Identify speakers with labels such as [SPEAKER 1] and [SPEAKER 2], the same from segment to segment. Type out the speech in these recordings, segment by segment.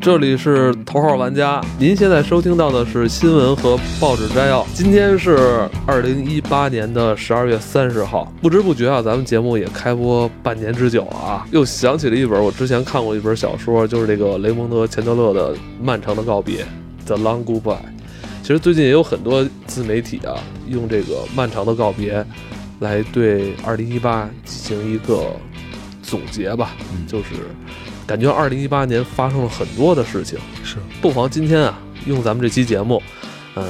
[SPEAKER 1] 这里是头号玩家，您现在收听到的是新闻和报纸摘要。今天是二零一八年的十二月三十号，不知不觉啊，咱们节目也开播半年之久啊，又想起了一本我之前看过一本小说，就是这个雷蒙德·钱德勒的《漫长的告别》（The Long Goodbye）。其实最近也有很多自媒体啊，用这个漫长的告别来对二零一八进行一个总结吧，
[SPEAKER 2] 嗯
[SPEAKER 1] 就是感觉二零一八年发生了很多的事情，
[SPEAKER 2] 是
[SPEAKER 1] 不妨今天啊，用咱们这期节目，嗯，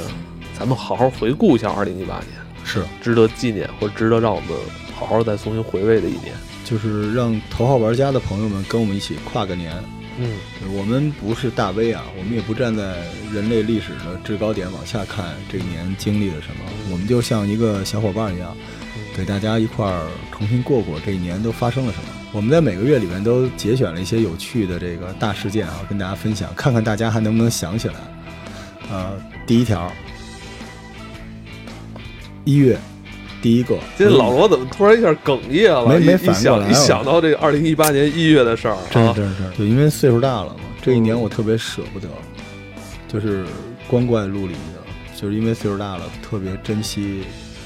[SPEAKER 1] 咱们好好回顾一下二零一八年，
[SPEAKER 2] 是，
[SPEAKER 1] 值得纪念或者值得让我们好好再重新回味的一年。
[SPEAKER 2] 就是让头号玩家的朋友们跟我们一起跨个年。
[SPEAKER 1] 嗯，
[SPEAKER 2] 对我们不是大 V 啊，我们也不站在人类历史的制高点往下看这一年经历了什么，我们就像一个小伙伴一样，给大家一块儿重新过过这一年都发生了什么。我们在每个月里面都节选了一些有趣的这个大事件啊，跟大家分享，看看大家还能不能想起来。呃，第一条，一月第一个，
[SPEAKER 1] 这老罗怎么突然一下哽咽了？
[SPEAKER 2] 没没
[SPEAKER 1] 一一
[SPEAKER 2] 反应过来啊
[SPEAKER 1] 想一想到这二零一八年一月的事儿
[SPEAKER 2] 真是
[SPEAKER 1] 啊，
[SPEAKER 2] 真是真是，就因为岁数大了嘛，这一年我特别舍不得，就是光怪陆离的，就是因为岁数大了，特别珍惜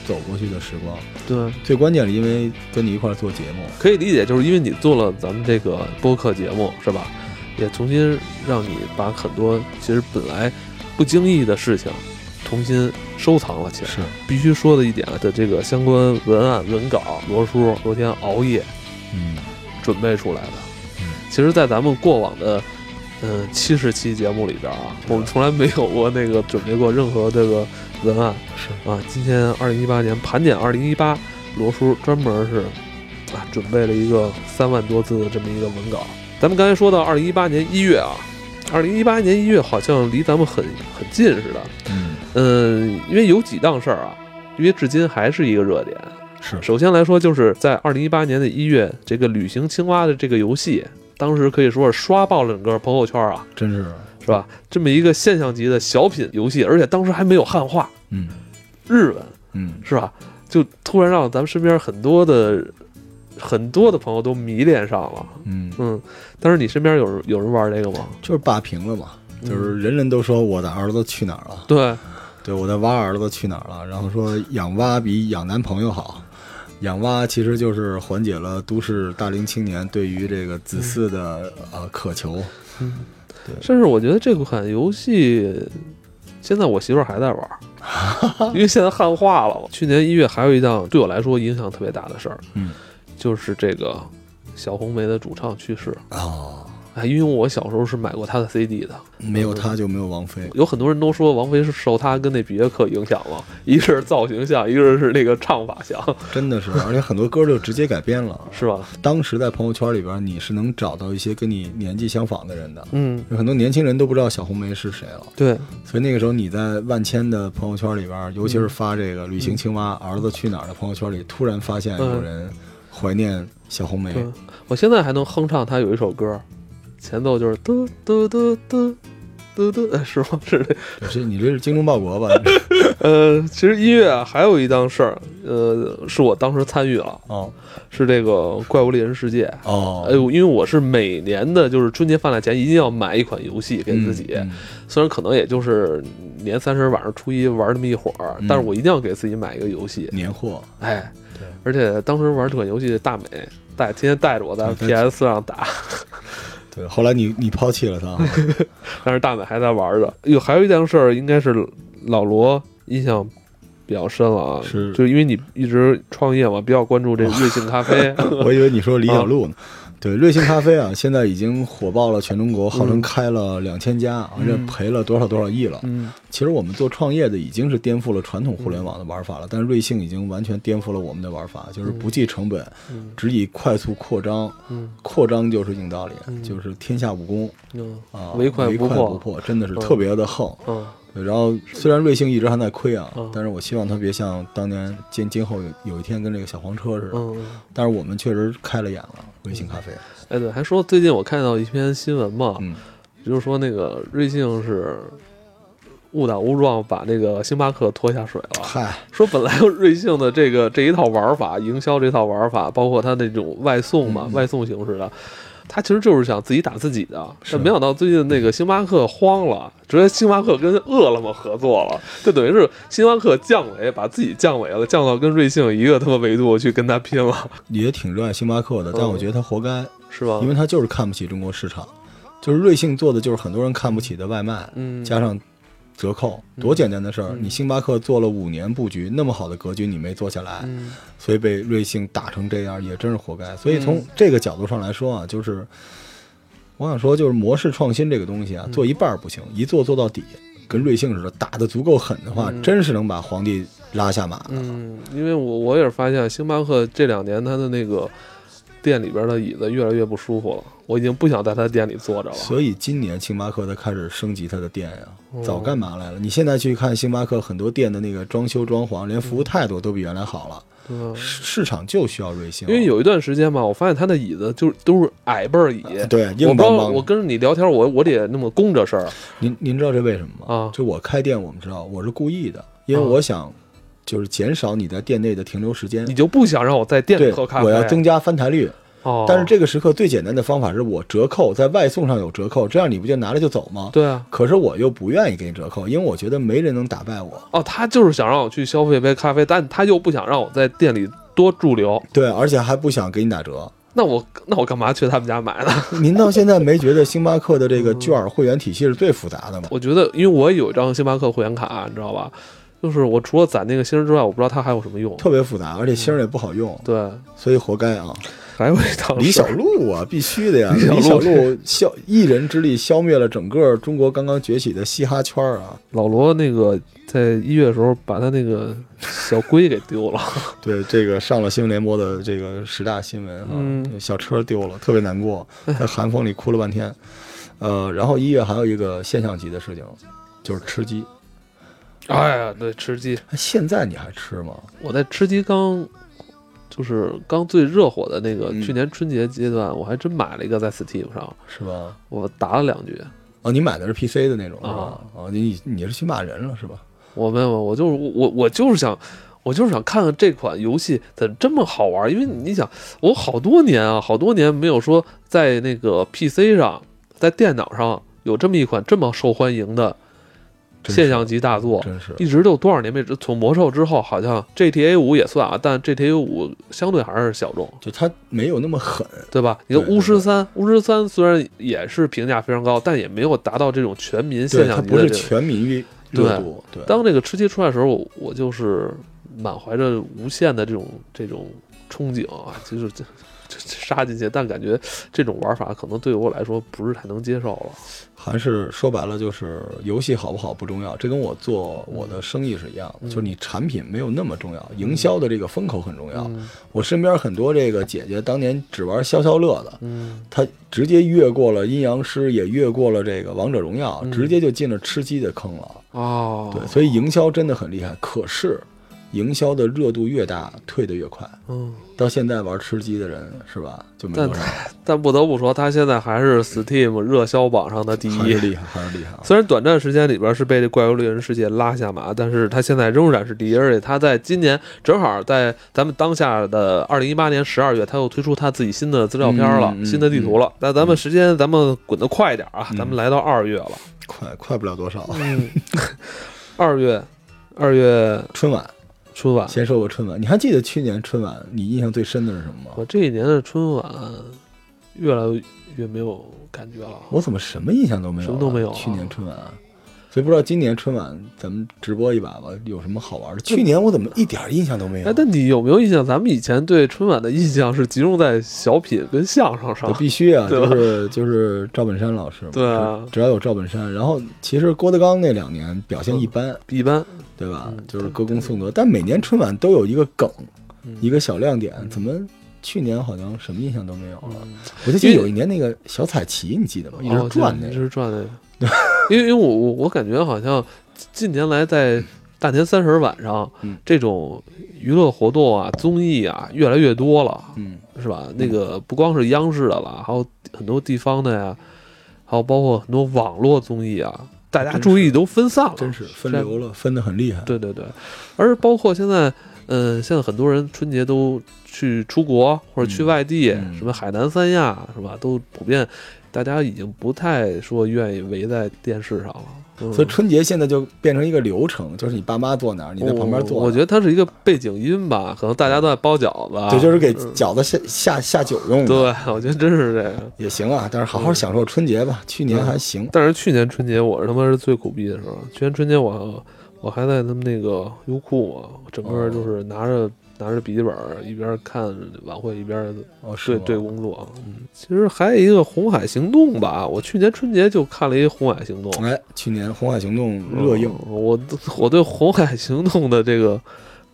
[SPEAKER 2] 走过去的时光。
[SPEAKER 1] 对，
[SPEAKER 2] 最关键是因为跟你一块儿做节目，
[SPEAKER 1] 啊可以理解，就是因为你做了咱们这个播客节目，是吧？也重新让你把很多其实本来不经意的事情重新收藏了起来。必须说的一点的这个相关文案文稿，罗叔昨天熬夜
[SPEAKER 2] 嗯，
[SPEAKER 1] 准备出来的
[SPEAKER 2] 嗯。
[SPEAKER 1] 其实，在咱们过往的嗯七十期节目里边啊，我们从来没有过那个准备过任何这个文案
[SPEAKER 2] 是
[SPEAKER 1] 啊。今天二零一八年盘点二零一八，罗叔专门是啊准备了一个三万多字的这么一个文稿。咱们刚才说到二零一八年一月啊，二零一八年一月好像离咱们很很近似的。
[SPEAKER 2] 嗯
[SPEAKER 1] 嗯，因为有几档事儿啊，因为至今还是一个热点。
[SPEAKER 2] 是
[SPEAKER 1] 首先来说，就是在二零一八年的一月，这个旅行青蛙的这个游戏，当时可以说是刷爆了整个朋友圈啊，
[SPEAKER 2] 真是，
[SPEAKER 1] 是吧？这么一个现象级的小品游戏，而且当时还没有汉化，
[SPEAKER 2] 嗯
[SPEAKER 1] 日文
[SPEAKER 2] 嗯，
[SPEAKER 1] 是吧？就突然让咱们身边很多的很多的朋友都迷恋上了。
[SPEAKER 2] 嗯，
[SPEAKER 1] 嗯，但是你身边有人有人玩这个吗？嗯
[SPEAKER 2] 就是霸屏了嘛，就是人人都说我的儿子去哪儿了，
[SPEAKER 1] 对，
[SPEAKER 2] 对我的蛙儿子去哪儿了，然后说养蛙比养男朋友好。养蛙其实就是缓解了都市大龄青年对于这个子嗣的、呃渴求，
[SPEAKER 1] 甚至我觉得这款游戏，现在我媳妇儿还在玩儿， 因为现在汉化了。去年一月还有一档对我来说影响特别大的事儿，
[SPEAKER 2] 嗯，
[SPEAKER 1] 就是这个小红梅的主唱去世。
[SPEAKER 2] 哦，
[SPEAKER 1] 哎，因为我小时候是买过她的 CD 的，
[SPEAKER 2] 没有他就没有王菲。
[SPEAKER 1] 有很多人都说王菲是受她跟那比约克影响了，一个是造型像，一个是那个唱法像，
[SPEAKER 2] 真的是，而且很多歌就直接改编了。
[SPEAKER 1] 是吧？
[SPEAKER 2] 当时在朋友圈里边，你是能找到一些跟你年纪相仿的人的，
[SPEAKER 1] 嗯，
[SPEAKER 2] 有很多年轻人都不知道小红梅是谁了。
[SPEAKER 1] 对，
[SPEAKER 2] 所以那个时候你在万千的朋友圈里边，尤其是发这个旅行青蛙、儿子去哪儿的朋友圈里，突然发现有人怀念小红梅。
[SPEAKER 1] 嗯，我现在还能哼唱她有一首歌，前奏就是嘟嘟嘟嘟嘟嘟，哎，是吗？是那
[SPEAKER 2] 这你这是精忠报 国吧？
[SPEAKER 1] 呃，其实音乐啊还有一档事儿，呃，是我当时参与了，
[SPEAKER 2] 哦
[SPEAKER 1] 是这个《怪物猎人世界》。
[SPEAKER 2] 哦，
[SPEAKER 1] 哎呦，因为我是每年的，就是春节饭菜前一定要买一款游戏给
[SPEAKER 2] 嗯
[SPEAKER 1] 自己，
[SPEAKER 2] 嗯
[SPEAKER 1] 虽然可能也就是年三十晚上初一玩那么一会儿，
[SPEAKER 2] 嗯
[SPEAKER 1] 但是我一定要给自己买一个游戏。
[SPEAKER 2] 年货，
[SPEAKER 1] 哎
[SPEAKER 2] 对，
[SPEAKER 1] 而且当时玩这款游戏的大美带天天带着我在
[SPEAKER 2] 嗯
[SPEAKER 1] PS 上打，
[SPEAKER 2] 对，后来你你抛弃了他，
[SPEAKER 1] 但是大美还在玩着。有还有一件事儿，应该是老罗印象比较深了啊，
[SPEAKER 2] 是
[SPEAKER 1] 就因为你一直创业嘛，比较关注这个瑞幸咖 啡。
[SPEAKER 2] 我以为你说李小璐呢。
[SPEAKER 1] 哦
[SPEAKER 2] 对，瑞幸咖啡啊，现在已经火爆了全中国，号称开了两千家，而且赔了多少多少亿了。
[SPEAKER 1] 嗯，
[SPEAKER 2] 其实我们做创业的已经是颠覆了传统互联网的玩法了，但是瑞幸已经完全颠覆了我们的玩法，就是不计成本，
[SPEAKER 1] 嗯
[SPEAKER 2] 只以快速扩张，
[SPEAKER 1] 嗯
[SPEAKER 2] 扩张就是硬道理，就是天下武功
[SPEAKER 1] 嗯
[SPEAKER 2] 啊，
[SPEAKER 1] 唯快不
[SPEAKER 2] 不
[SPEAKER 1] 破
[SPEAKER 2] 破，真的是特别的横。
[SPEAKER 1] 嗯
[SPEAKER 2] 对然后虽然瑞幸一直还在亏啊
[SPEAKER 1] 嗯，
[SPEAKER 2] 但是我希望它别像当年今今后有有一天跟这个小黄车似的。
[SPEAKER 1] 嗯，
[SPEAKER 2] 但是我们确实开了眼了，瑞幸咖啡，
[SPEAKER 1] 哎对，还说最近我看到一篇新闻嘛，
[SPEAKER 2] 嗯，
[SPEAKER 1] 就是说那个瑞幸是误打误撞把那个星巴克拖下水了。
[SPEAKER 2] 嗨，
[SPEAKER 1] 说本来瑞幸的这
[SPEAKER 2] 嗯
[SPEAKER 1] 个这一套玩法，营销这套玩法，包括它那种外送嘛，外送形式的，他其实就是想自己打自己的，
[SPEAKER 2] 是
[SPEAKER 1] 但没想到最近那个星巴克慌了，直接星巴克跟饿了么合作了，就等于是星巴克降维，把自己降维了，降到跟瑞幸一个他妈维度去跟他拼了，
[SPEAKER 2] 也挺热爱星巴克的，但我
[SPEAKER 1] 嗯
[SPEAKER 2] 觉得他活该，
[SPEAKER 1] 是吧
[SPEAKER 2] 因？为他就是看不起中国市场，就是瑞幸做的就是很多人看不起的外卖，
[SPEAKER 1] 嗯，
[SPEAKER 2] 加上折扣，多简单的事儿！
[SPEAKER 1] 嗯
[SPEAKER 2] 你星巴克做了五年布局，那么好的格局你没做下来，
[SPEAKER 1] 嗯
[SPEAKER 2] 所以被瑞幸打成这样，也真是活该。所以从
[SPEAKER 1] 嗯
[SPEAKER 2] 这个角度上来说啊，就是我想说，就是模式创新这个东西啊，
[SPEAKER 1] 嗯
[SPEAKER 2] 做一半儿不行，一做做到底，跟瑞幸似的，打得足够狠的话，
[SPEAKER 1] 嗯
[SPEAKER 2] 真是能把皇帝拉下马的。
[SPEAKER 1] 嗯，因为我我也是发现星巴克这两年它的那个店里边的椅子越来越不舒服了，我已经不想在他店里坐着了。
[SPEAKER 2] 所以今年星巴克它开始升级它的店呀、
[SPEAKER 1] 哦
[SPEAKER 2] 早干嘛来了？你现在去看星巴克很多店的那个装修装潢，连服务态度都比原来好了。
[SPEAKER 1] 嗯，
[SPEAKER 2] 市市场就需要瑞幸，
[SPEAKER 1] 因为有一段时间吧，我发现他的椅子就是都是矮背儿椅。
[SPEAKER 2] 啊对，
[SPEAKER 1] 我
[SPEAKER 2] 硬
[SPEAKER 1] 不知
[SPEAKER 2] 邦
[SPEAKER 1] 道，
[SPEAKER 2] 邦
[SPEAKER 1] 我
[SPEAKER 2] 的。
[SPEAKER 1] 跟着你聊天，我我得那么弓着身儿。
[SPEAKER 2] 您您知道这为什么吗？
[SPEAKER 1] 啊
[SPEAKER 2] 就我开店，我们知道我是故意的，因为
[SPEAKER 1] 啊
[SPEAKER 2] 我想就是减少你在店内的停留时间
[SPEAKER 1] 你。就不想让我在店里
[SPEAKER 2] 对，
[SPEAKER 1] 喝咖啡？
[SPEAKER 2] 我要增加翻台率。
[SPEAKER 1] 哦，
[SPEAKER 2] 但是这个时刻最简单的方法是我折扣，在外送上有折扣，这样你不就拿了就走吗？
[SPEAKER 1] 对啊，
[SPEAKER 2] 可是我又不愿意给你折扣，因为我觉得没人能打败我。
[SPEAKER 1] 哦，他就是想让我去消费一杯咖啡，但他又不想让我在店里多驻留。
[SPEAKER 2] 对，而且还不想给你打折。
[SPEAKER 1] 那我那我干嘛去他们家买呢？
[SPEAKER 2] 您到现在没觉得星巴克的这个
[SPEAKER 1] 嗯
[SPEAKER 2] 券儿会员体系是最复杂的吗？
[SPEAKER 1] 我觉得，因为我有一张星巴克会员卡，啊你知道吧？就是我除了攒那个星儿之外，我不知道它还有什么用。
[SPEAKER 2] 特别复杂，
[SPEAKER 1] 嗯
[SPEAKER 2] 而且星儿也不好用，
[SPEAKER 1] 对，
[SPEAKER 2] 所以活该啊。
[SPEAKER 1] 还有一趟
[SPEAKER 2] 李小璐啊，必须的呀！
[SPEAKER 1] 哦李小璐
[SPEAKER 2] 李小璐消一人之力消灭了整个中国刚刚崛起的嘻哈圈儿啊！
[SPEAKER 1] 老罗那个在一月的时候把他那个小龟给丢了，
[SPEAKER 2] 对，这个上了新闻联播的这个十大新闻啊，
[SPEAKER 1] 嗯
[SPEAKER 2] 小车丢了，特别难过，在寒风里哭了半天。呃，然后一月还有一个现象级的事情，就是吃鸡。
[SPEAKER 1] 哎呀，对，吃鸡，
[SPEAKER 2] 现在你还吃吗？
[SPEAKER 1] 我在吃鸡刚就是刚最热火的那个、
[SPEAKER 2] 嗯
[SPEAKER 1] 去年春节阶段，我还真买了一个在 Steam 上，
[SPEAKER 2] 是吧？
[SPEAKER 1] 我打了两局。
[SPEAKER 2] 哦，你买的是 PC 的那种是
[SPEAKER 1] 啊
[SPEAKER 2] 吧？哦，你你是去骂人了是吧？
[SPEAKER 1] 我没有，我就是我我就是想，我就是想看看这款游戏怎么这么好玩。因为你想，我好多年啊，好多年没有说在那个 PC 上，在电脑上有这么一款这么受欢迎的
[SPEAKER 2] 真是
[SPEAKER 1] 现象级大作，
[SPEAKER 2] 真是
[SPEAKER 1] 一直都多少年没从魔兽之后，好像 GTA 五也算啊，但 GTA 五相对还是小众，
[SPEAKER 2] 就他没有那么狠，
[SPEAKER 1] 对吧？你看
[SPEAKER 2] 对
[SPEAKER 1] 巫师三，巫师三虽然也是评价非常高，但也没有达到这种全民
[SPEAKER 2] 对
[SPEAKER 1] 现
[SPEAKER 2] 他
[SPEAKER 1] 象级
[SPEAKER 2] 不
[SPEAKER 1] 的
[SPEAKER 2] 是
[SPEAKER 1] 这种。
[SPEAKER 2] 全民运热度，对，
[SPEAKER 1] 当这个吃鸡出来的时候，我我就是满怀着无限的这种这种憧憬啊，就是这这这杀进去，但感觉这种玩法可能对我来说不是太能接受了。
[SPEAKER 2] 还是说白了就是游戏好不好不重要，这跟我做我的生意是一样的，就是你产品没有那么重要，营销的这个风口很重要。
[SPEAKER 1] 嗯
[SPEAKER 2] 我身边很多这个姐姐当年只玩消消乐的，
[SPEAKER 1] 嗯，
[SPEAKER 2] 她直接越过了阴阳师，也越过了这个王者荣耀，
[SPEAKER 1] 嗯
[SPEAKER 2] 直接就进了吃鸡的坑了。
[SPEAKER 1] 哦，
[SPEAKER 2] 对，所以营销真的很厉害。可是，营销的热度越大，退得越快。
[SPEAKER 1] 嗯，
[SPEAKER 2] 到现在玩吃鸡的人是吧，就没多少，
[SPEAKER 1] 但不得不说，他现在还是 Steam 热销榜上的第
[SPEAKER 2] 还是
[SPEAKER 1] 一。
[SPEAKER 2] 厉害，还是厉害啊。
[SPEAKER 1] 虽然短暂时间里边是被这《怪物猎人世界》拉下马，但是他现在仍然是第一，而且他在今年正好在咱们当下的二零一八年十二月，他又推出他自己新的资料片了，
[SPEAKER 2] 嗯嗯
[SPEAKER 1] 新的地图了。那、咱们时间咱们滚得快一点啊，
[SPEAKER 2] 嗯
[SPEAKER 1] 咱们来到二月了。
[SPEAKER 2] 快快不了多少。
[SPEAKER 1] 嗯， 二月，二月
[SPEAKER 2] 春晚，
[SPEAKER 1] 春晚，
[SPEAKER 2] 先说过春晚，你还记得去年春晚你印象最深的是什么
[SPEAKER 1] 我
[SPEAKER 2] 吗？
[SPEAKER 1] 这一年的春晚越来越没有感觉了。
[SPEAKER 2] 我怎么什么印象都没有啊？
[SPEAKER 1] 什么都没有啊
[SPEAKER 2] 去年春晚啊，所以不知道今年春晚咱们直播一把吧，有什么好玩的？去年我怎么一点印象都没
[SPEAKER 1] 哎
[SPEAKER 2] 有，？
[SPEAKER 1] 但你有没有印象？咱们以前对春晚的印象是集中在小品跟相声上
[SPEAKER 2] 我。必须啊，
[SPEAKER 1] 对吧
[SPEAKER 2] 就是就是赵本山老师嘛，
[SPEAKER 1] 对啊
[SPEAKER 2] 只只要有赵本山，然后其实郭德纲那两年表现一般，
[SPEAKER 1] 一般，
[SPEAKER 2] 对吧
[SPEAKER 1] 嗯？
[SPEAKER 2] 就是歌功颂德，但每年春晚都有一个梗，
[SPEAKER 1] 嗯
[SPEAKER 2] 一个小亮点，怎么？去年好像什么印象都没有了，
[SPEAKER 1] 嗯
[SPEAKER 2] 我就记得
[SPEAKER 1] 因为
[SPEAKER 2] 有一年那个小彩旗，你记得吗？一
[SPEAKER 1] 哦
[SPEAKER 2] 直
[SPEAKER 1] 对
[SPEAKER 2] 转那
[SPEAKER 1] 一
[SPEAKER 2] 个，
[SPEAKER 1] 直转那个。 因为因为我我我感觉好像近年来在大年三十晚上，
[SPEAKER 2] 嗯
[SPEAKER 1] 这种娱乐活动啊、综艺啊越来越多了，
[SPEAKER 2] 嗯，
[SPEAKER 1] 是吧？那个不光是央视的了，还有很多地方的呀，还有包括很多网络综艺啊，大家
[SPEAKER 2] 真是
[SPEAKER 1] 注意都分散了，
[SPEAKER 2] 真是分流了，分得很厉害。
[SPEAKER 1] 对对对，而包括现在，嗯、嗯，现在很多人春节都去出国或者去
[SPEAKER 2] 嗯
[SPEAKER 1] 外地，
[SPEAKER 2] 嗯
[SPEAKER 1] 什么海南三亚是吧？都普遍大家已经不太说愿意围在电视上了。嗯
[SPEAKER 2] 所以春节现在就变成一个流程，就是你爸妈坐哪儿，你在旁边坐
[SPEAKER 1] 哦我我觉得
[SPEAKER 2] 得
[SPEAKER 1] 它是一个背景音吧，可能大家都在包饺子，
[SPEAKER 2] 这就是给
[SPEAKER 1] 嗯
[SPEAKER 2] 饺子下下下酒用的，
[SPEAKER 1] 对，嗯我觉得真是这样。
[SPEAKER 2] 也行啊。但是好好享受春节吧，去
[SPEAKER 1] 嗯
[SPEAKER 2] 年还行。
[SPEAKER 1] 但是去年春节我他妈是最苦逼的时候，去年春节我我还在他们那个优酷嘛，我整
[SPEAKER 2] 哦
[SPEAKER 1] 个就是拿着、拿着笔记本儿一边看晚会一边
[SPEAKER 2] 哦，是
[SPEAKER 1] 对
[SPEAKER 2] 吗
[SPEAKER 1] 对工作。嗯，其实还有一个《红海行动》吧，我去年春节就看了一《红海行动》，
[SPEAKER 2] 哎，去年《红海行动》热映，
[SPEAKER 1] 嗯我我对《红海行动》的这个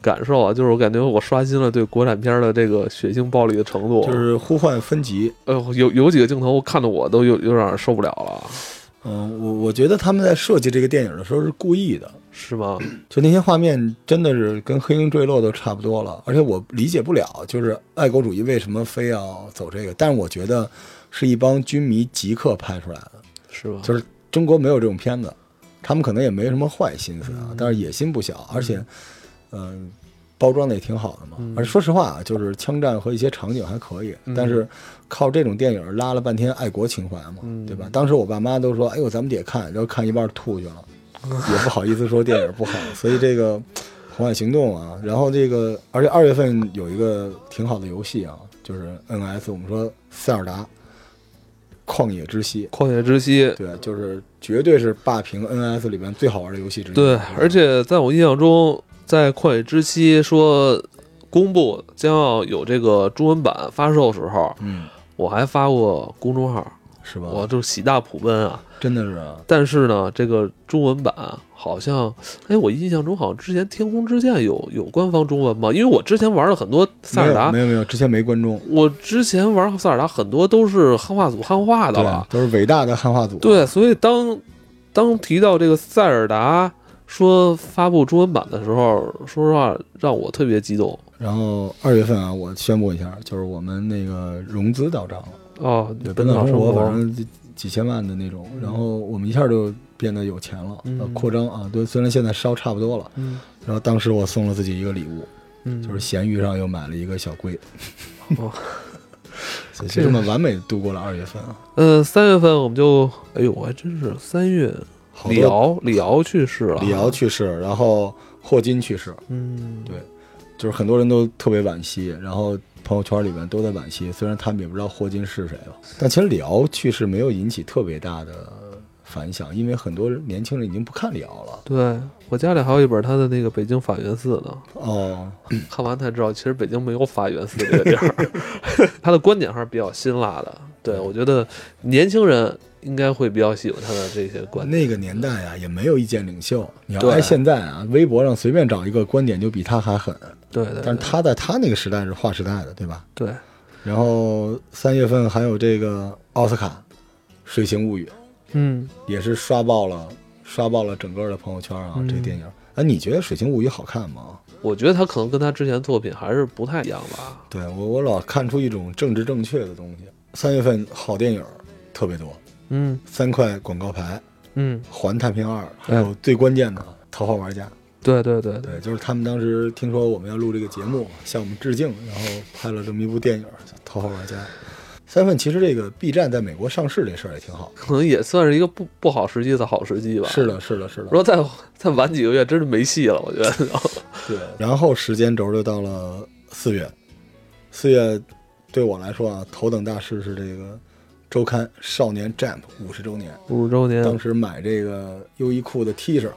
[SPEAKER 1] 感受啊，就是我感觉我刷新了对国产片儿的这个血腥暴力的程度，
[SPEAKER 2] 就是呼唤分级。
[SPEAKER 1] 哎呦，有有几个镜头我看的我都有有点受不了了，
[SPEAKER 2] 嗯，我我觉得他们在设计这个电影的时候是故意的，
[SPEAKER 1] 是吗？
[SPEAKER 2] 就那些画面真的是跟《黑鹰坠落》都差不多了，而且我理解不了，就是爱国主义为什么非要走这个？但是我觉得是一帮军迷极客拍出来的，
[SPEAKER 1] 是吗？
[SPEAKER 2] 就是中国没有这种片子，他们可能也没什么坏心思
[SPEAKER 1] 嗯
[SPEAKER 2] 啊，但是野心不小，而且，嗯、包装的也挺好的嘛
[SPEAKER 1] 嗯。
[SPEAKER 2] 而且说实话啊，就是枪战和一些场景还可以，但是靠这种电影拉了半天爱国情怀嘛，
[SPEAKER 1] 嗯
[SPEAKER 2] 对吧？当时我爸妈都说：“哎呦，咱们得看。”然后看一半吐去了， 也不好意思说电影不好，所以这个。 红海行动啊，然后这个，而且二月份有一个挺好的游戏啊，就是 NS，我们说塞尔达，旷野之息，
[SPEAKER 1] 旷野之息，
[SPEAKER 2] 对，就是绝对是霸屏 NS 里边最好玩的游戏之一。
[SPEAKER 1] 对，而且在我印象中，在旷野之息说公布将要有这个中文版发售时候，
[SPEAKER 2] 嗯，
[SPEAKER 1] 我还发过公众号，
[SPEAKER 2] 是吧？
[SPEAKER 1] 我就喜大普奔啊。
[SPEAKER 2] 真的是啊，
[SPEAKER 1] 但是呢，这个中文版好像，哎，我印象中好像之前《天空之剑》有有官方中文吧？因为我之前玩了很多塞尔达
[SPEAKER 2] 没，有没有没有，之前没观众，
[SPEAKER 1] 我之前玩塞尔达很多都是汉化组汉化的了啊
[SPEAKER 2] 对，，都是伟大的汉化组。
[SPEAKER 1] 对，所以当当提到这个塞尔达说发布中文版的时候，说实话让我特别激动
[SPEAKER 2] 然后二月份啊，我宣布一下，就是我们那个融资到账了，
[SPEAKER 1] 哦，
[SPEAKER 2] 对，
[SPEAKER 1] 本
[SPEAKER 2] 本
[SPEAKER 1] 草
[SPEAKER 2] 生
[SPEAKER 1] 生
[SPEAKER 2] 活
[SPEAKER 1] 活
[SPEAKER 2] 反正几几千万的那种，然后我们一下就变得有钱了，
[SPEAKER 1] 嗯
[SPEAKER 2] 呃扩张啊，对，虽然现在烧差不多了。
[SPEAKER 1] 嗯
[SPEAKER 2] 然后当时我送了自己一个礼物，
[SPEAKER 1] 嗯，
[SPEAKER 2] 就是闲鱼上又买了一个小龟，
[SPEAKER 1] 哦
[SPEAKER 2] 所以就这么完美地度过了二月份啊。
[SPEAKER 1] 呃，三月份我们就，哎呦，我还真是三月，
[SPEAKER 2] 好
[SPEAKER 1] 李
[SPEAKER 2] 多
[SPEAKER 1] 敖李敖去世了，
[SPEAKER 2] 李敖，去世，然后霍金去世，
[SPEAKER 1] 嗯，
[SPEAKER 2] 对就是很多人都特别惋惜，然后朋友圈里面都在惆惜，虽然他们也不知道霍金是谁了，但其实李敖去世没有引起特别大的反响，因为很多年轻人已经不看李敖了。
[SPEAKER 1] 对我家里还有一本他的那个《北京法源寺》呢，
[SPEAKER 2] 哦，
[SPEAKER 1] 看完才知道，其实北京没有法源寺这个地儿， 他的观点还是比较辛辣的。对我觉得年轻人应该会比较喜欢他的这些观点。
[SPEAKER 2] 那个年代啊，也没有意见领袖。你要
[SPEAKER 1] 对
[SPEAKER 2] 按现在啊，微博上随便找一个观点就比他还狠，
[SPEAKER 1] 对对，
[SPEAKER 2] 但是他在他那个时代是划时代的，对吧？
[SPEAKER 1] 对，
[SPEAKER 2] 然后三月份还有这个奥斯卡《水形物语》，
[SPEAKER 1] 嗯，
[SPEAKER 2] 也是刷爆了，刷爆了整个的朋友圈啊！
[SPEAKER 1] 嗯
[SPEAKER 2] 这个电影，哎、你觉得《水形物语》好看吗？
[SPEAKER 1] 我觉得他可能跟他之前作品还是不太一样吧。
[SPEAKER 2] 对我，我老看出一种政治正确的东西。三月份好电影特别多，
[SPEAKER 1] 嗯
[SPEAKER 2] 三块广告牌，
[SPEAKER 1] 嗯，
[SPEAKER 2] 《环太平洋二》，还
[SPEAKER 1] 哎
[SPEAKER 2] 有最关键的《头号玩家》。
[SPEAKER 1] 对对对对，
[SPEAKER 2] 对，就是他们当时听说我们要录这个节目，向我们致敬，然后拍了这么一部电影叫《头号玩家》。三月份其实这个 B 站在美国上市这事儿也挺好，
[SPEAKER 1] 可能也算是一个不不好时机的好时机吧。
[SPEAKER 2] 是，的，是的，是的
[SPEAKER 1] 如。果再再晚几个月，真是没戏了，我觉得。
[SPEAKER 2] 对，然后时间轴就到了四月，四月对我来说啊，头等大事是这个周刊《少年 Jump》五十周年。
[SPEAKER 1] 五十周
[SPEAKER 2] 当
[SPEAKER 1] 年，
[SPEAKER 2] 时买这个优衣库的 T 恤，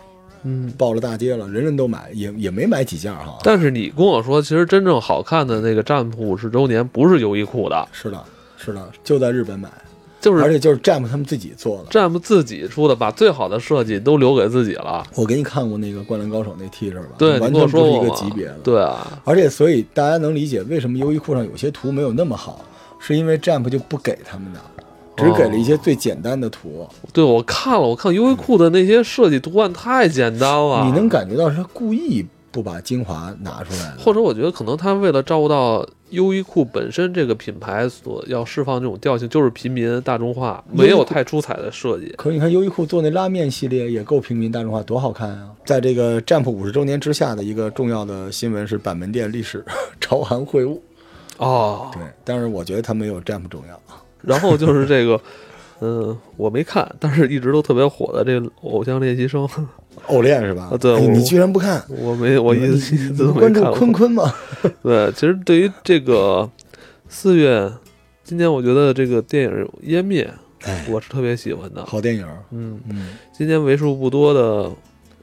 [SPEAKER 1] 嗯。
[SPEAKER 2] 爆了大街了，人人都买，也也没买几件儿哈。
[SPEAKER 1] 但是你跟我说，其实真正好看的那个《占卜五十周年》不是优衣库的，
[SPEAKER 2] 是的，是的，就在日本买，
[SPEAKER 1] 就
[SPEAKER 2] 而
[SPEAKER 1] 是
[SPEAKER 2] 且就是 Jump 他们自己做的。
[SPEAKER 1] 占卜自己出的，把最好的设计都留给自己了。
[SPEAKER 2] 我给你看过那个《灌篮高手》那 T 恤吧，
[SPEAKER 1] 对，你
[SPEAKER 2] 完
[SPEAKER 1] 跟我
[SPEAKER 2] 全不
[SPEAKER 1] 说
[SPEAKER 2] 是一
[SPEAKER 1] 过
[SPEAKER 2] 个
[SPEAKER 1] 嘛
[SPEAKER 2] 级别的。
[SPEAKER 1] 对啊，
[SPEAKER 2] 而且，所以大家能理解为什么优衣库上有些图没有那么好，是因为 Jump 就不给他们的，只给了一些最简单的图。
[SPEAKER 1] 对我看了，我看优衣库的那些设计图案太简单了。
[SPEAKER 2] 你能感觉到是他故意不把精华拿出来了。
[SPEAKER 1] 或者我觉得可能他为了照顾到优衣库本身这个品牌所要释放这种调性，就是平民大众化，
[SPEAKER 2] 优衣库
[SPEAKER 1] 没有太出彩的设计。
[SPEAKER 2] 可是你看优衣库做那拉面系列也够平民大众化，多好看啊！在这个占卜五十周年之下的一个重要的新闻是板门店历史 朝韩会晤，
[SPEAKER 1] 哦，
[SPEAKER 2] 对，但是我觉得它没有占卜重要。
[SPEAKER 1] 然后就是这个，嗯，我没看，但是一直都特别火的这个《偶像练习生》，
[SPEAKER 2] 偶练是吧？
[SPEAKER 1] 啊对
[SPEAKER 2] 哎
[SPEAKER 1] 我
[SPEAKER 2] 你居然不看？
[SPEAKER 1] 我没我一直一
[SPEAKER 2] 你
[SPEAKER 1] 直
[SPEAKER 2] 不
[SPEAKER 1] 都没
[SPEAKER 2] 关注
[SPEAKER 1] 看过
[SPEAKER 2] 坤。坤吗？
[SPEAKER 1] 对，其实对于这个四月，今年我觉得这个电影《湮灭
[SPEAKER 2] 哎》，，
[SPEAKER 1] 我是特别喜欢的。
[SPEAKER 2] 好电影。
[SPEAKER 1] 嗯，
[SPEAKER 2] 嗯，
[SPEAKER 1] 今年为数不多的，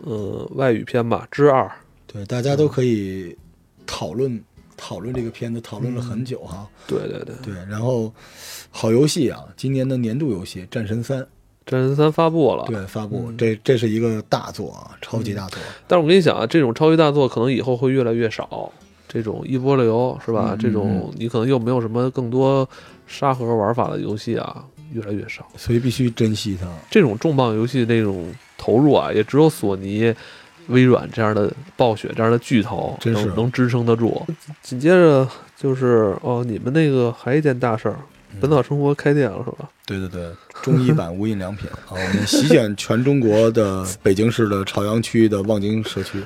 [SPEAKER 1] 呃，外语片吧，《之二》。
[SPEAKER 2] 对，大家
[SPEAKER 1] 嗯
[SPEAKER 2] 都可以讨论讨论这个片子，讨论了很久哈、
[SPEAKER 1] 对对对，《
[SPEAKER 2] 对，然后好游戏啊，今年的年度游戏《战神三》
[SPEAKER 1] 战神三》发布了。
[SPEAKER 2] 对发
[SPEAKER 1] 啊
[SPEAKER 2] 布，
[SPEAKER 1] 嗯
[SPEAKER 2] 这这是一个大作啊，超级大作。
[SPEAKER 1] 但是我跟你讲啊，这种超级大作可能以后会越来越少，这种一波流是吧？
[SPEAKER 2] 嗯
[SPEAKER 1] 这种你可能又没有什么更多沙盒玩法的游戏啊，越来越少。
[SPEAKER 2] 所以必须珍惜它。
[SPEAKER 1] 这种重磅游戏那种投入啊，也只有索尼、微软这样的暴雪这样的巨头
[SPEAKER 2] 真是
[SPEAKER 1] 能能支撑得住。紧接着就是哦，你们那个还一件大事儿，
[SPEAKER 2] 嗯
[SPEAKER 1] 《本草生活》开店了是吧？
[SPEAKER 2] 对对对，中 医版无印良品啊，我们席卷全中国的北京市的朝阳区的望京 社区。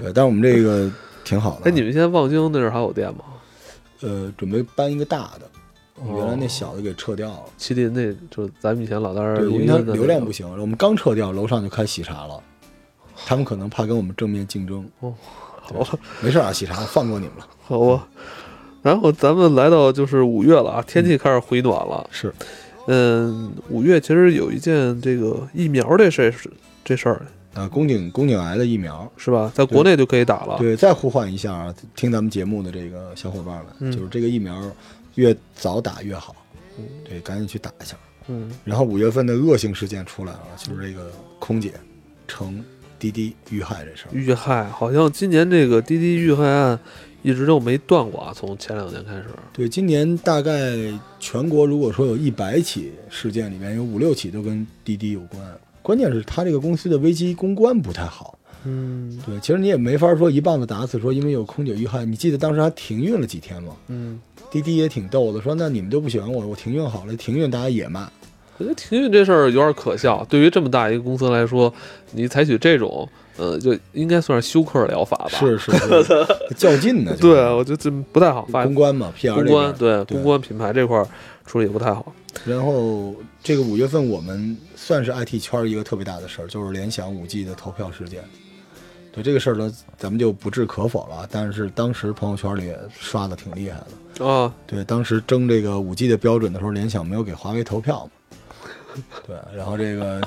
[SPEAKER 2] 对，但是我们这个挺好的啊。
[SPEAKER 1] 哎，你们现在望京那儿还有店吗？
[SPEAKER 2] 呃，准备搬一个大的，
[SPEAKER 1] 哦
[SPEAKER 2] 原来那小的给撤掉了。
[SPEAKER 1] 麒麟那就是咱们以前老在那儿
[SPEAKER 2] 对，因
[SPEAKER 1] 录
[SPEAKER 2] 为
[SPEAKER 1] 音
[SPEAKER 2] 它
[SPEAKER 1] 的那
[SPEAKER 2] 流量
[SPEAKER 1] 个
[SPEAKER 2] 不行，我们刚撤掉，楼上就开喜茶了。他们可能怕跟我们正面竞争，
[SPEAKER 1] 哦好吧
[SPEAKER 2] 没事啊，喜茶放过你们了。
[SPEAKER 1] 好吧。然后咱们来到就是五月了啊，天气开始回暖了。
[SPEAKER 2] 是，
[SPEAKER 1] 嗯，五月其实有一件这个疫苗这事儿这事儿
[SPEAKER 2] 啊，宫颈宫颈癌的疫苗，
[SPEAKER 1] 是吧，在国内就可以打了。
[SPEAKER 2] 对，再呼唤一下啊，听咱们节目的这个小伙伴们，
[SPEAKER 1] 嗯
[SPEAKER 2] 就是这个疫苗越早打越好
[SPEAKER 1] 嗯，
[SPEAKER 2] 对，赶紧去打一下。
[SPEAKER 1] 嗯，
[SPEAKER 2] 然后五月份的恶性事件出来了，就是这个空姐乘滴滴遇害这事儿，
[SPEAKER 1] 遇害好像今年这个滴滴遇害案一直就没断过啊，从前两年开始。
[SPEAKER 2] 对，今年大概全国如果说有一百起事件，里面有五六起都跟滴滴有关。关键是他这个公司的危机公关不太好，
[SPEAKER 1] 嗯
[SPEAKER 2] 对，其实你也没法说一棒子打死，说因为有空姐遇害，你记得当时还停运了几天吗？
[SPEAKER 1] 嗯，
[SPEAKER 2] 滴滴也挺逗的，说那你们都不喜欢我，我停运好了，停运大家也骂，
[SPEAKER 1] 我觉得停运这事儿有点可笑。对于这么大一个公司来说，你采取这种呃，就应该算是休克疗法吧。，
[SPEAKER 2] 是是是， 较劲呢，就是
[SPEAKER 1] 对，我觉得这不太好。发
[SPEAKER 2] 公关嘛，PR
[SPEAKER 1] 公
[SPEAKER 2] 这边
[SPEAKER 1] 关对
[SPEAKER 2] 对
[SPEAKER 1] 公关品牌这块儿处理不太好。
[SPEAKER 2] 然后这个五月份我们算是 IT 圈儿一个特别大的事儿，就是联想五 G 的投票事件。对这个事儿呢，咱们就不置可否了。啊但是当时朋友圈里也刷的挺厉害的。
[SPEAKER 1] 啊，
[SPEAKER 2] 对，当时争这个五 G 的标准的时候，联想没有给华为投票嘛？ 对，然后这个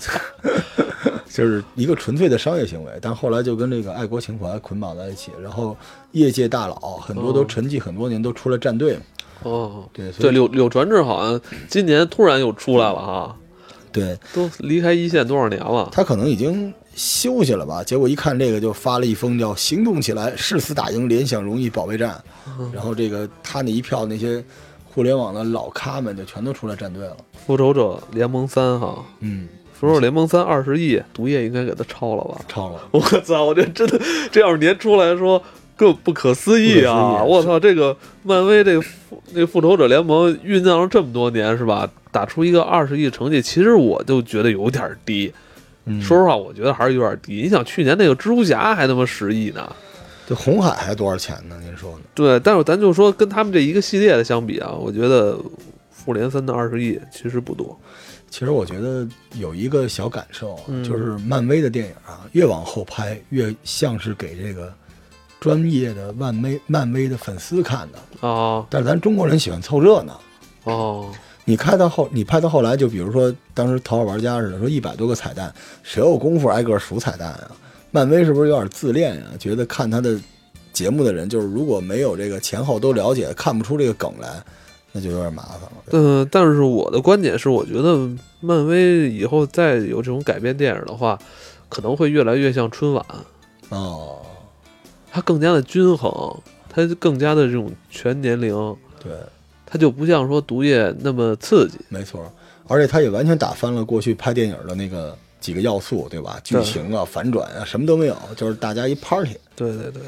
[SPEAKER 2] 就是一个纯粹的商业行为，但后来就跟这个爱国情怀捆绑在一起，然后业界大佬很多都
[SPEAKER 1] 哦
[SPEAKER 2] 沉寂很多年，都出来站队嘛。
[SPEAKER 1] 哦，
[SPEAKER 2] 对，所
[SPEAKER 1] 对，
[SPEAKER 2] 以
[SPEAKER 1] 柳柳传志好像今年突然又出来了啊，
[SPEAKER 2] 对
[SPEAKER 1] 都离开一线多少年了？
[SPEAKER 2] 他可能已经休息了吧，结果一看这个就发了一封叫“行动起来，誓死打赢联想荣誉保卫战”，然后这个他那一票那些互联网的老咖们就全都出来站队了。
[SPEAKER 1] 复仇者联盟三哈，
[SPEAKER 2] 嗯，
[SPEAKER 1] 复仇者联盟三二十亿，毒液应该给他超了吧？
[SPEAKER 2] 超了。
[SPEAKER 1] 我操！我这真的，这要是年初来说，更不可思议
[SPEAKER 2] 不可
[SPEAKER 1] 啊！
[SPEAKER 2] 思议
[SPEAKER 1] 我操，这个漫威这个复那个复仇者联盟酝酿了这么多年是吧？打出一个二十亿成绩，其实我就觉得有点低。
[SPEAKER 2] 嗯
[SPEAKER 1] 说实话，我觉得还是有点低。你想去年那个蜘蛛侠还他妈十亿呢，
[SPEAKER 2] 这红海还多少钱呢？您说呢？
[SPEAKER 1] 对。但是咱就说跟他们这一个系列的相比啊，我觉得复联三的二十亿其实不多。
[SPEAKER 2] 其实我觉得有一个小感受啊，
[SPEAKER 1] 嗯
[SPEAKER 2] 就是漫威的电影啊，越往后拍越像是给这个专业的漫威漫威的粉丝看的，
[SPEAKER 1] 啊
[SPEAKER 2] 但是咱中国人喜欢凑热闹。
[SPEAKER 1] 哦，
[SPEAKER 2] 你开到后，你拍到后来，就比如说当时《头号玩家》似的，说一百多个彩蛋，谁有功夫挨个数彩蛋啊？漫威是不是有点自恋啊？觉得看他的节目的人，就是如果没有这个前后都了解，看不出这个梗来，那就有点麻烦了。
[SPEAKER 1] 嗯，但是我的观点是，我觉得漫威以后再有这种改编电影的话，可能会越来越像春晚，
[SPEAKER 2] 哦，
[SPEAKER 1] 它更加的均衡，它更加的这种全年龄，
[SPEAKER 2] 对，
[SPEAKER 1] 它就不像说毒液那么刺激。
[SPEAKER 2] 没错，而且他也完全打翻了过去拍电影的那个几个要素，对吧？剧
[SPEAKER 1] 对
[SPEAKER 2] 情啊、反转啊，什么都没有，就是大家一 party。
[SPEAKER 1] 对对对，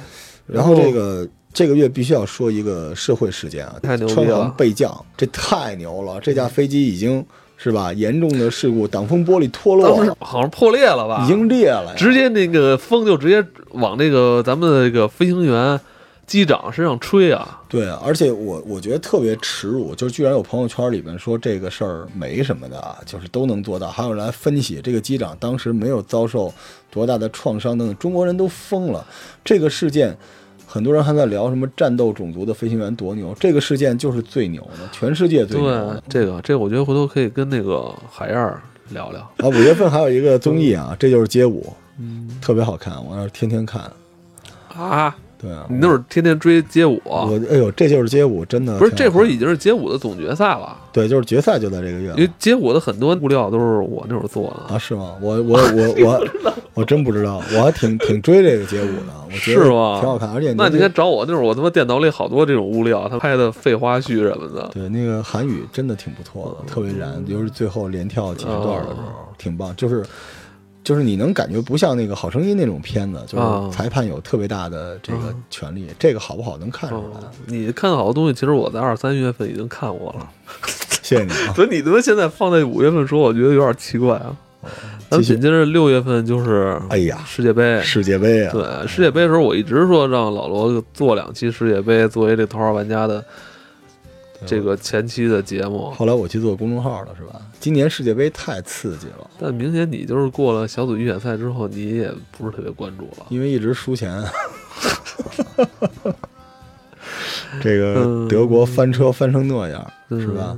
[SPEAKER 2] 然后这个这个月必须要说一个社会事件啊，
[SPEAKER 1] 太牛逼了
[SPEAKER 2] 川航备降，这太牛了！这架飞机已经是吧，严重的事故，挡风玻璃脱落
[SPEAKER 1] 当时
[SPEAKER 2] 了，
[SPEAKER 1] 好像破裂了吧？
[SPEAKER 2] 已经裂了呀，
[SPEAKER 1] 直接那个风就直接往那个咱们那个飞行员、机长身上吹啊！
[SPEAKER 2] 对啊，而且我我觉得特别耻辱，就是居然有朋友圈里面说这个事儿没什么的啊，就是都能做到，还有人来分析这个机长当时没有遭受多大的创伤等等，中国人都疯了。这个事件，很多人还在聊什么战斗种族的飞行员多牛，这个事件就是最牛的，全世界最
[SPEAKER 1] 对
[SPEAKER 2] 牛的。，
[SPEAKER 1] 这个这个我觉得回头可以跟那个海燕儿聊聊。
[SPEAKER 2] 啊，五月份还有一个综艺啊，这就是街舞，
[SPEAKER 1] 嗯
[SPEAKER 2] 特别好看，我那儿天天看。
[SPEAKER 1] 啊，
[SPEAKER 2] 对啊，
[SPEAKER 1] 你那会儿天天追街舞，啊
[SPEAKER 2] 我哎呦，这就是街舞，真的
[SPEAKER 1] 不是
[SPEAKER 2] 呃挺好
[SPEAKER 1] 这会儿
[SPEAKER 2] 看
[SPEAKER 1] 已经是街舞的总决赛了，
[SPEAKER 2] 对，就是决赛就在这个月了
[SPEAKER 1] 因为街舞的很多物料都是我那会儿做的。
[SPEAKER 2] 啊，是吗？我我我 我我真不知道，我还挺挺追这个街舞的，我觉得
[SPEAKER 1] 是吗
[SPEAKER 2] 挺好看，而且
[SPEAKER 1] 那你
[SPEAKER 2] 那个
[SPEAKER 1] 看找我那会儿，我他妈电脑里好多这种物料，他拍的废花絮什么的。
[SPEAKER 2] 对那个韩语真的挺不错的，特别燃，
[SPEAKER 1] 嗯
[SPEAKER 2] 尤其是最后连跳几个段的时
[SPEAKER 1] 哦
[SPEAKER 2] 候，挺棒，就是。就是你能感觉不像那个《好声音》那种片子，就
[SPEAKER 1] 啊
[SPEAKER 2] 是裁判有特别大的这个权利，这个好不好能看出来
[SPEAKER 1] 嗯。，你看好多东西，其实我在二三月份已经看过了。
[SPEAKER 2] 谢谢你 啊，
[SPEAKER 1] 所以你他妈现在放在五月份说，我觉得有点奇怪啊。咱们
[SPEAKER 2] 哦继续
[SPEAKER 1] 紧接着六月份就是
[SPEAKER 2] 哎呀，
[SPEAKER 1] 世界杯，
[SPEAKER 2] 世界杯啊，
[SPEAKER 1] 对世界杯的时候，我一直说让老罗做两期世界杯，作为这《头号玩家》的这个前期的节目。
[SPEAKER 2] 后来我去做公众号了，是吧？今年世界杯太刺激了，
[SPEAKER 1] 但明显你就是过了小组预选赛之后，你也不是特别关注 了。
[SPEAKER 2] 因为一直 输钱。这个
[SPEAKER 1] 嗯
[SPEAKER 2] 德国翻车翻成那样，
[SPEAKER 1] 嗯
[SPEAKER 2] 是吧？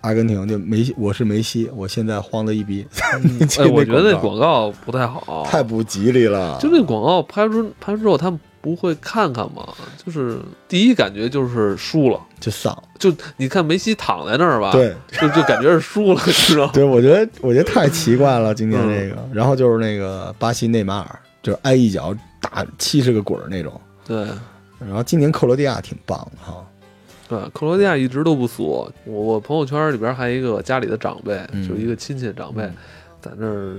[SPEAKER 2] 阿根廷就梅西，我是梅西，我现在慌的一逼。
[SPEAKER 1] 哎，我觉得那
[SPEAKER 2] 广
[SPEAKER 1] 广告不太好，
[SPEAKER 2] 太不吉利了。
[SPEAKER 1] 就那广告拍出拍出之后，他们不会看看吗？就是第一感觉就是输了，
[SPEAKER 2] 就丧，
[SPEAKER 1] 就你看梅西躺在那儿吧，
[SPEAKER 2] 对
[SPEAKER 1] 就就感觉是输了，你知道吗？
[SPEAKER 2] 对，我觉得我觉得太奇怪 了，今年这
[SPEAKER 1] 嗯
[SPEAKER 2] 个。然后就是那个巴西内马尔，就是挨一脚打七十个滚儿那种。
[SPEAKER 1] 对
[SPEAKER 2] 然后今年克罗地亚挺棒的哈，
[SPEAKER 1] 对，克罗地亚一直都不俗。我我朋友圈里边还有一个家里的长辈，
[SPEAKER 2] 嗯
[SPEAKER 1] 就一个亲戚长辈，在那儿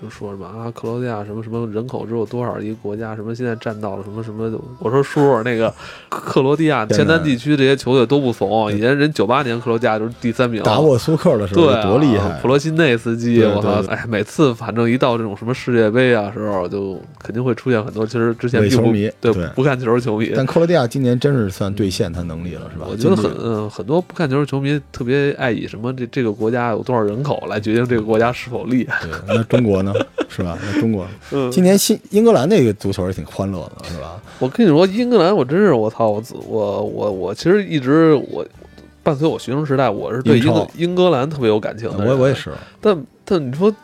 [SPEAKER 1] 就就说什么啊，克罗地亚什么什么人口只有多少一个国家，什么现在占到了什么什么。我说叔叔，那个克罗地亚
[SPEAKER 2] 现在
[SPEAKER 1] 前南地区这些球队都不怂，以前人九八年克罗地亚就是第三名。
[SPEAKER 2] 打沃苏克的时候
[SPEAKER 1] 对啊、
[SPEAKER 2] 有多厉害
[SPEAKER 1] 普，罗辛内斯基，
[SPEAKER 2] 对
[SPEAKER 1] 我操
[SPEAKER 2] 对！对
[SPEAKER 1] 哎，每次反正一到这种什么世界杯啊时候，就肯定会出现很多其实之前
[SPEAKER 2] 伪
[SPEAKER 1] 并不
[SPEAKER 2] 球迷
[SPEAKER 1] 对
[SPEAKER 2] 对
[SPEAKER 1] 不看球的球迷。
[SPEAKER 2] 但克罗地亚今年真是算兑现他能力了，是吧？
[SPEAKER 1] 我觉得
[SPEAKER 2] 今
[SPEAKER 1] 很
[SPEAKER 2] 年
[SPEAKER 1] 嗯，很多不看球的球迷特别爱以什么这这个国家有多少人口来决定这个国家是否厉害。
[SPEAKER 2] 对。那中 国呢？是吧？那中国
[SPEAKER 1] 嗯，
[SPEAKER 2] 今年新英格兰那个足球也挺欢乐的，是吧？
[SPEAKER 1] 我跟你说，英格兰我真是我操，我自我我我其实一直我伴随我学生时代，我是对
[SPEAKER 2] 英
[SPEAKER 1] 英格
[SPEAKER 2] 超啊
[SPEAKER 1] 英格兰特别有感情的人。
[SPEAKER 2] 我我也是，
[SPEAKER 1] 但但你说，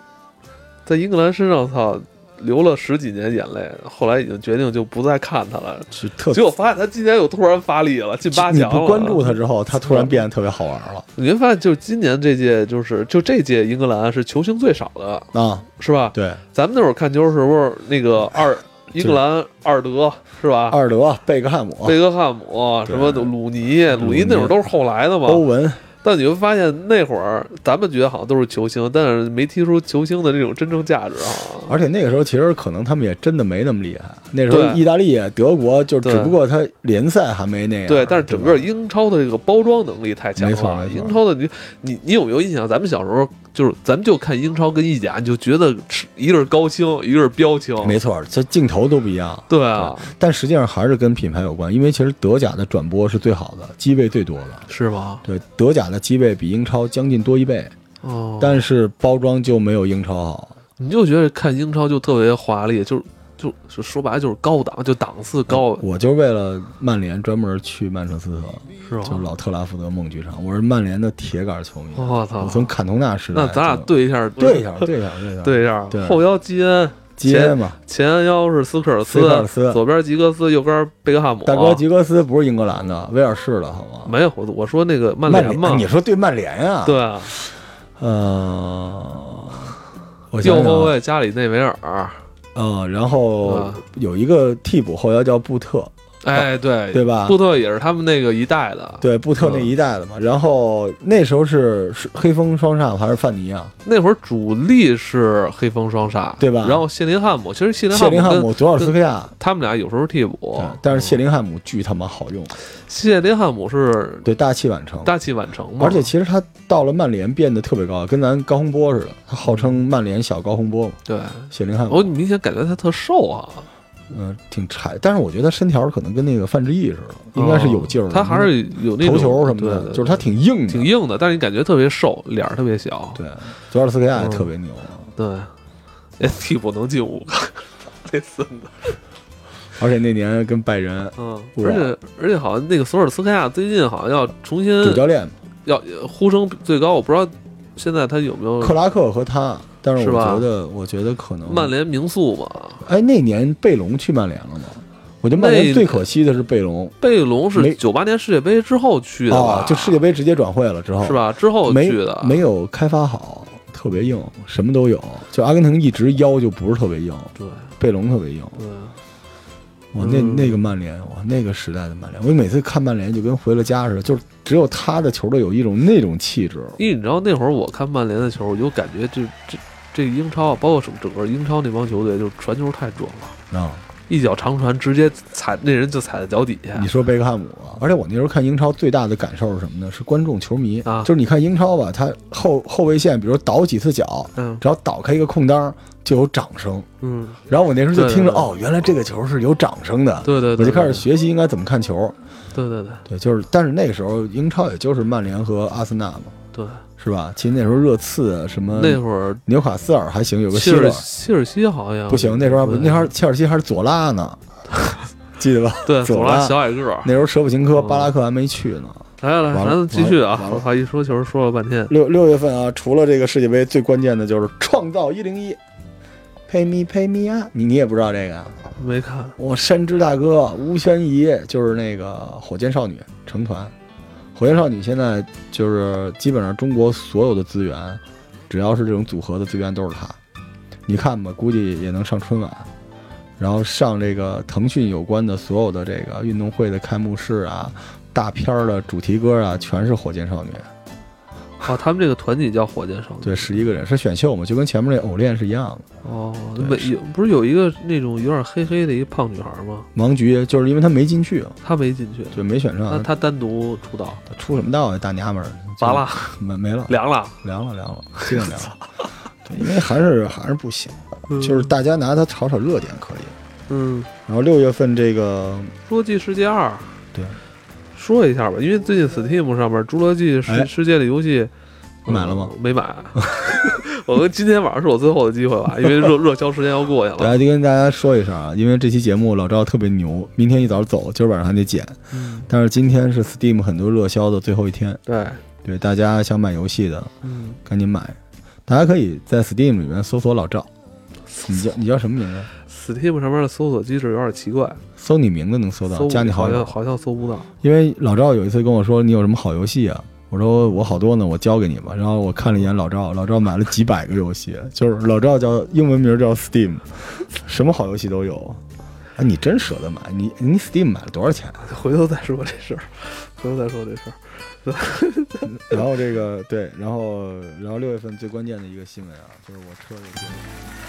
[SPEAKER 1] 在英格兰身上，操，流了十几年眼泪，后来已经决定就不再看他了。
[SPEAKER 2] 是特
[SPEAKER 1] 结果发现他今年又突然发力了，进八
[SPEAKER 2] 你
[SPEAKER 1] 强了。
[SPEAKER 2] 不关注他之后，他突然变得特别好玩了
[SPEAKER 1] 你会发现，就是今年这届，就是就这届英格兰是球星最少的，
[SPEAKER 2] 啊！
[SPEAKER 1] 是吧？
[SPEAKER 2] 对，
[SPEAKER 1] 咱们那会儿看球时候，那个二英格兰二德是吧
[SPEAKER 2] 阿？尔德、贝克汉姆、
[SPEAKER 1] 贝克汉姆、
[SPEAKER 2] 对
[SPEAKER 1] 什么鲁尼，鲁尼
[SPEAKER 2] 尼
[SPEAKER 1] 那会儿都是后来的嘛。
[SPEAKER 2] 欧文，
[SPEAKER 1] 但你会发现那会儿咱们觉得好像都是球星，但是没踢出球星的这种真正价值啊。
[SPEAKER 2] 而且那个时候其实可能他们也真的没那么厉害。那时候
[SPEAKER 1] 对
[SPEAKER 2] 意大利、德国就
[SPEAKER 1] 对
[SPEAKER 2] 只不过他联赛还没那样，
[SPEAKER 1] 对，但是整
[SPEAKER 2] 吧
[SPEAKER 1] 个英超的这个包装能力太强
[SPEAKER 2] 没错
[SPEAKER 1] 了。
[SPEAKER 2] 没错
[SPEAKER 1] 英超的你你你有没有印象？咱们小时候就是咱们就看英超跟意甲，你就觉得是一个是高清，一个是标清。
[SPEAKER 2] 没错，这镜头都不一样。
[SPEAKER 1] 对啊，
[SPEAKER 2] 但实际上还是跟品牌有关，因为其实德甲的转播是最好的，机位最多的。
[SPEAKER 1] 是吗？
[SPEAKER 2] 对，德甲的机位比英超将近多一倍，
[SPEAKER 1] 哦，
[SPEAKER 2] 但是包装就没有英超好，
[SPEAKER 1] 你就觉得看英超就特别华丽，就是就就说白了就是高档，就档次高，
[SPEAKER 2] 我就是为了曼联专门去曼彻斯特，
[SPEAKER 1] 是
[SPEAKER 2] 就是啊
[SPEAKER 1] 吗？
[SPEAKER 2] 老特拉福德梦剧场，我是曼联的铁杆球迷。
[SPEAKER 1] 我
[SPEAKER 2] 我
[SPEAKER 1] 操！
[SPEAKER 2] 从坎通纳时代
[SPEAKER 1] 哦那
[SPEAKER 2] 就，
[SPEAKER 1] 咱俩对一下，
[SPEAKER 2] 对一下，对一下，对一下，，
[SPEAKER 1] 对一下
[SPEAKER 2] 对，
[SPEAKER 1] 后腰基恩，
[SPEAKER 2] 基恩嘛，
[SPEAKER 1] 前腰是斯科尔
[SPEAKER 2] 斯科尔斯
[SPEAKER 1] 左边吉格斯，右边贝克汉姆。
[SPEAKER 2] 大哥，吉格斯不是英格兰的，威尔士的，好吗？
[SPEAKER 1] 没有，我我说那个曼
[SPEAKER 2] 曼哎
[SPEAKER 1] 联嘛，
[SPEAKER 2] 你说对曼联啊？，
[SPEAKER 1] 对啊，
[SPEAKER 2] 呃，我想
[SPEAKER 1] 右
[SPEAKER 2] 想啊
[SPEAKER 1] 后卫
[SPEAKER 2] 哎
[SPEAKER 1] 加里内维尔，
[SPEAKER 2] 嗯，然后
[SPEAKER 1] 啊
[SPEAKER 2] 有一个替补后腰叫布特，
[SPEAKER 1] 哎，对
[SPEAKER 2] 对吧
[SPEAKER 1] 布特嗯也是他们那个一代的，
[SPEAKER 2] 对，布特那一代的嘛。然后那时候是是黑风双煞还是范尼啊？
[SPEAKER 1] 那会儿主力是黑风双煞，
[SPEAKER 2] 对吧
[SPEAKER 1] 然后谢林汉姆，其实谢林
[SPEAKER 2] 谢
[SPEAKER 1] 汉
[SPEAKER 2] 林汉
[SPEAKER 1] 姆
[SPEAKER 2] 姆、
[SPEAKER 1] 跟
[SPEAKER 2] 佐尔斯克亚，
[SPEAKER 1] 他们俩有时候是替补
[SPEAKER 2] 对，但是谢林汉姆巨他妈好用，
[SPEAKER 1] 谢林汉姆是
[SPEAKER 2] 对，大器晚成。
[SPEAKER 1] 大器晚成嘛，
[SPEAKER 2] 而且其实他到了曼联变得特别高，跟咱高洪波似的，他号称曼联小高洪波嘛。
[SPEAKER 1] 对，
[SPEAKER 2] 谢林汉姆，
[SPEAKER 1] 我明显感觉他特瘦啊，
[SPEAKER 2] 嗯、挺柴，但是我觉得身条可能跟那个范志毅似的，应该是有劲儿的。
[SPEAKER 1] 哦他还是有那种
[SPEAKER 2] 投球什么
[SPEAKER 1] 对
[SPEAKER 2] 的，
[SPEAKER 1] 对
[SPEAKER 2] 就是他挺硬的。
[SPEAKER 1] 挺硬的，但是你感觉特别瘦，脸儿特别小，
[SPEAKER 2] 对，佐尔斯克
[SPEAKER 1] 嗯
[SPEAKER 2] 亚也特别牛啊。
[SPEAKER 1] 对， 哎，替补能进五个，那孙子，
[SPEAKER 2] 而且那年跟拜仁
[SPEAKER 1] 嗯，
[SPEAKER 2] 哇
[SPEAKER 1] 而且而且好像那个索尔斯克亚最近好像要重新
[SPEAKER 2] 主教练
[SPEAKER 1] 要呼声最高，我不知道现在他有没有
[SPEAKER 2] 克拉克和他，但是
[SPEAKER 1] 呃是
[SPEAKER 2] 我
[SPEAKER 1] 吧
[SPEAKER 2] 觉得，我觉得可能
[SPEAKER 1] 曼。联名宿嘛。
[SPEAKER 2] 哎，那年贝隆去曼联了吗？我觉得曼联
[SPEAKER 1] 那
[SPEAKER 2] 最可惜的是贝隆
[SPEAKER 1] 贝隆
[SPEAKER 2] 没
[SPEAKER 1] 是九八年世界杯之后去的吧？
[SPEAKER 2] 啊，就世界杯直接转会了之后
[SPEAKER 1] 是？吧？之后
[SPEAKER 2] 没
[SPEAKER 1] 去的，
[SPEAKER 2] 没有开发好，特别硬，什么都有。就阿根廷一直腰就不是特别硬，
[SPEAKER 1] 对
[SPEAKER 2] 贝隆特别硬。
[SPEAKER 1] 对，
[SPEAKER 2] 哇，那
[SPEAKER 1] 嗯
[SPEAKER 2] 那个曼联，哇，那个时代的曼联，我每次看曼联就跟回了家似的，就是只有他的球队有一种那种气质。
[SPEAKER 1] 因为你知道那会儿我看曼联的球，我就感觉这这这英超，啊包括整整个英超那帮球队，就是传球太准了。
[SPEAKER 2] 啊，
[SPEAKER 1] 一脚长传直接踩那人就踩在脚底下，
[SPEAKER 2] 你说贝克汉姆啊，而且我那时候看英超最大的感受是什么呢？是观众球迷，
[SPEAKER 1] 啊
[SPEAKER 2] 就是你看英超吧，他后后卫线，比如倒几次脚，
[SPEAKER 1] 嗯
[SPEAKER 2] 只要倒开一个空当，就有掌声。
[SPEAKER 1] 嗯，
[SPEAKER 2] 然后我那时候就
[SPEAKER 1] 对
[SPEAKER 2] 听着，
[SPEAKER 1] 对对
[SPEAKER 2] 哦，原来这个球是有掌声的，
[SPEAKER 1] 对对
[SPEAKER 2] 我
[SPEAKER 1] 对，
[SPEAKER 2] 就开始学习应该怎么看球。
[SPEAKER 1] 对，对对
[SPEAKER 2] 对，就是，但是那个时候英超也就是曼联和阿森纳嘛，
[SPEAKER 1] 对，
[SPEAKER 2] 是吧？其实那时候热刺啊什么
[SPEAKER 1] 那会儿
[SPEAKER 2] 纽卡斯尔还行，有个
[SPEAKER 1] 切
[SPEAKER 2] 希
[SPEAKER 1] 尔
[SPEAKER 2] 尔
[SPEAKER 1] 切尔西好像
[SPEAKER 2] 不行，那时候还不
[SPEAKER 1] 对
[SPEAKER 2] 那时候切尔西还是左 拉呢，记得吧？
[SPEAKER 1] 对
[SPEAKER 2] 左
[SPEAKER 1] 左
[SPEAKER 2] 拉
[SPEAKER 1] 拉小矮个儿，
[SPEAKER 2] 那时候舍甫琴科、
[SPEAKER 1] 嗯
[SPEAKER 2] 巴拉克还没去呢。
[SPEAKER 1] 来来来，
[SPEAKER 2] 完了
[SPEAKER 1] 咱们继续啊
[SPEAKER 2] 完了完！了
[SPEAKER 1] 我操，一说球说了半天，
[SPEAKER 2] 六六月份啊，除了这个世界杯，最关键的就是创造一零一，Pay me, pay me 啊！你你也不知道这个啊？
[SPEAKER 1] 没看
[SPEAKER 2] 我山之大哥吴宣仪就是那个火箭少女成团，火箭少女现在就是基本上中国所有的资源，只要是这种组合的资源都是她。你看吧，估计也能上春晚，然后上这个腾讯有关的所有的这个运动会的开幕式啊、大片儿的主题歌啊，全是火箭少女。
[SPEAKER 1] 哦，他们这个团体叫火箭少女
[SPEAKER 2] 对，十一个人是选秀嘛，就跟前面那偶练是一样的。
[SPEAKER 1] 哦，
[SPEAKER 2] 对
[SPEAKER 1] 没
[SPEAKER 2] 是
[SPEAKER 1] 有不是有一个那种有点黑黑的一个胖女孩吗？
[SPEAKER 2] 王菊就是因为她没进去，啊
[SPEAKER 1] 她没进去，
[SPEAKER 2] 就没选
[SPEAKER 1] 那
[SPEAKER 2] 上，
[SPEAKER 1] 她单独出道，
[SPEAKER 2] 她出什么道啊？大娘们儿，就
[SPEAKER 1] 完了
[SPEAKER 2] 没没了，
[SPEAKER 1] 凉了，
[SPEAKER 2] 凉了凉了，尽量凉了。对，因为还是还是不行，
[SPEAKER 1] 嗯
[SPEAKER 2] 就是大家拿它炒炒热点可以。
[SPEAKER 1] 嗯，
[SPEAKER 2] 然后六月份这个
[SPEAKER 1] 《侏罗纪世界二》
[SPEAKER 2] 对
[SPEAKER 1] 说一下吧，因为最近 Steam 上面《侏罗纪世、
[SPEAKER 2] 哎
[SPEAKER 1] 世界》的游戏、
[SPEAKER 2] 你买了吗
[SPEAKER 1] 嗯没买， 我们今天晚上是我最后的机会吧，因为 热热销时间要过去
[SPEAKER 2] 大
[SPEAKER 1] 了。
[SPEAKER 2] 家就跟大家说一声啊，因为这期节目老赵特别牛，明天一早走，今儿晚上还得剪。
[SPEAKER 1] 嗯，
[SPEAKER 2] 但是今天是 Steam 很多热销的最后一天，
[SPEAKER 1] 对，
[SPEAKER 2] 对大家想买游戏的
[SPEAKER 1] 嗯，
[SPEAKER 2] 赶紧买。大家可以在 Steam 里面搜索老赵，你叫你叫什么名字？
[SPEAKER 1] Steam 上面的搜索机制有点奇怪，
[SPEAKER 2] 搜你名字能搜到，
[SPEAKER 1] 搜
[SPEAKER 2] 加你好
[SPEAKER 1] 好像
[SPEAKER 2] 友。
[SPEAKER 1] 好像搜不到。
[SPEAKER 2] 因为老赵有一次跟我说你有什么好游戏啊，我说我好多呢，我教给你吧。然后我看了一眼老赵，老赵买了几百个游戏，就是老赵叫英文名叫 Steam，什么好游戏都有。啊，你真舍得买？你你 Steam 买了多少钱？
[SPEAKER 1] 回头再说这事儿，回头再说这事儿。
[SPEAKER 2] 然后这个对，然后然后六月份最关键的一个新闻啊，就是我车有问题。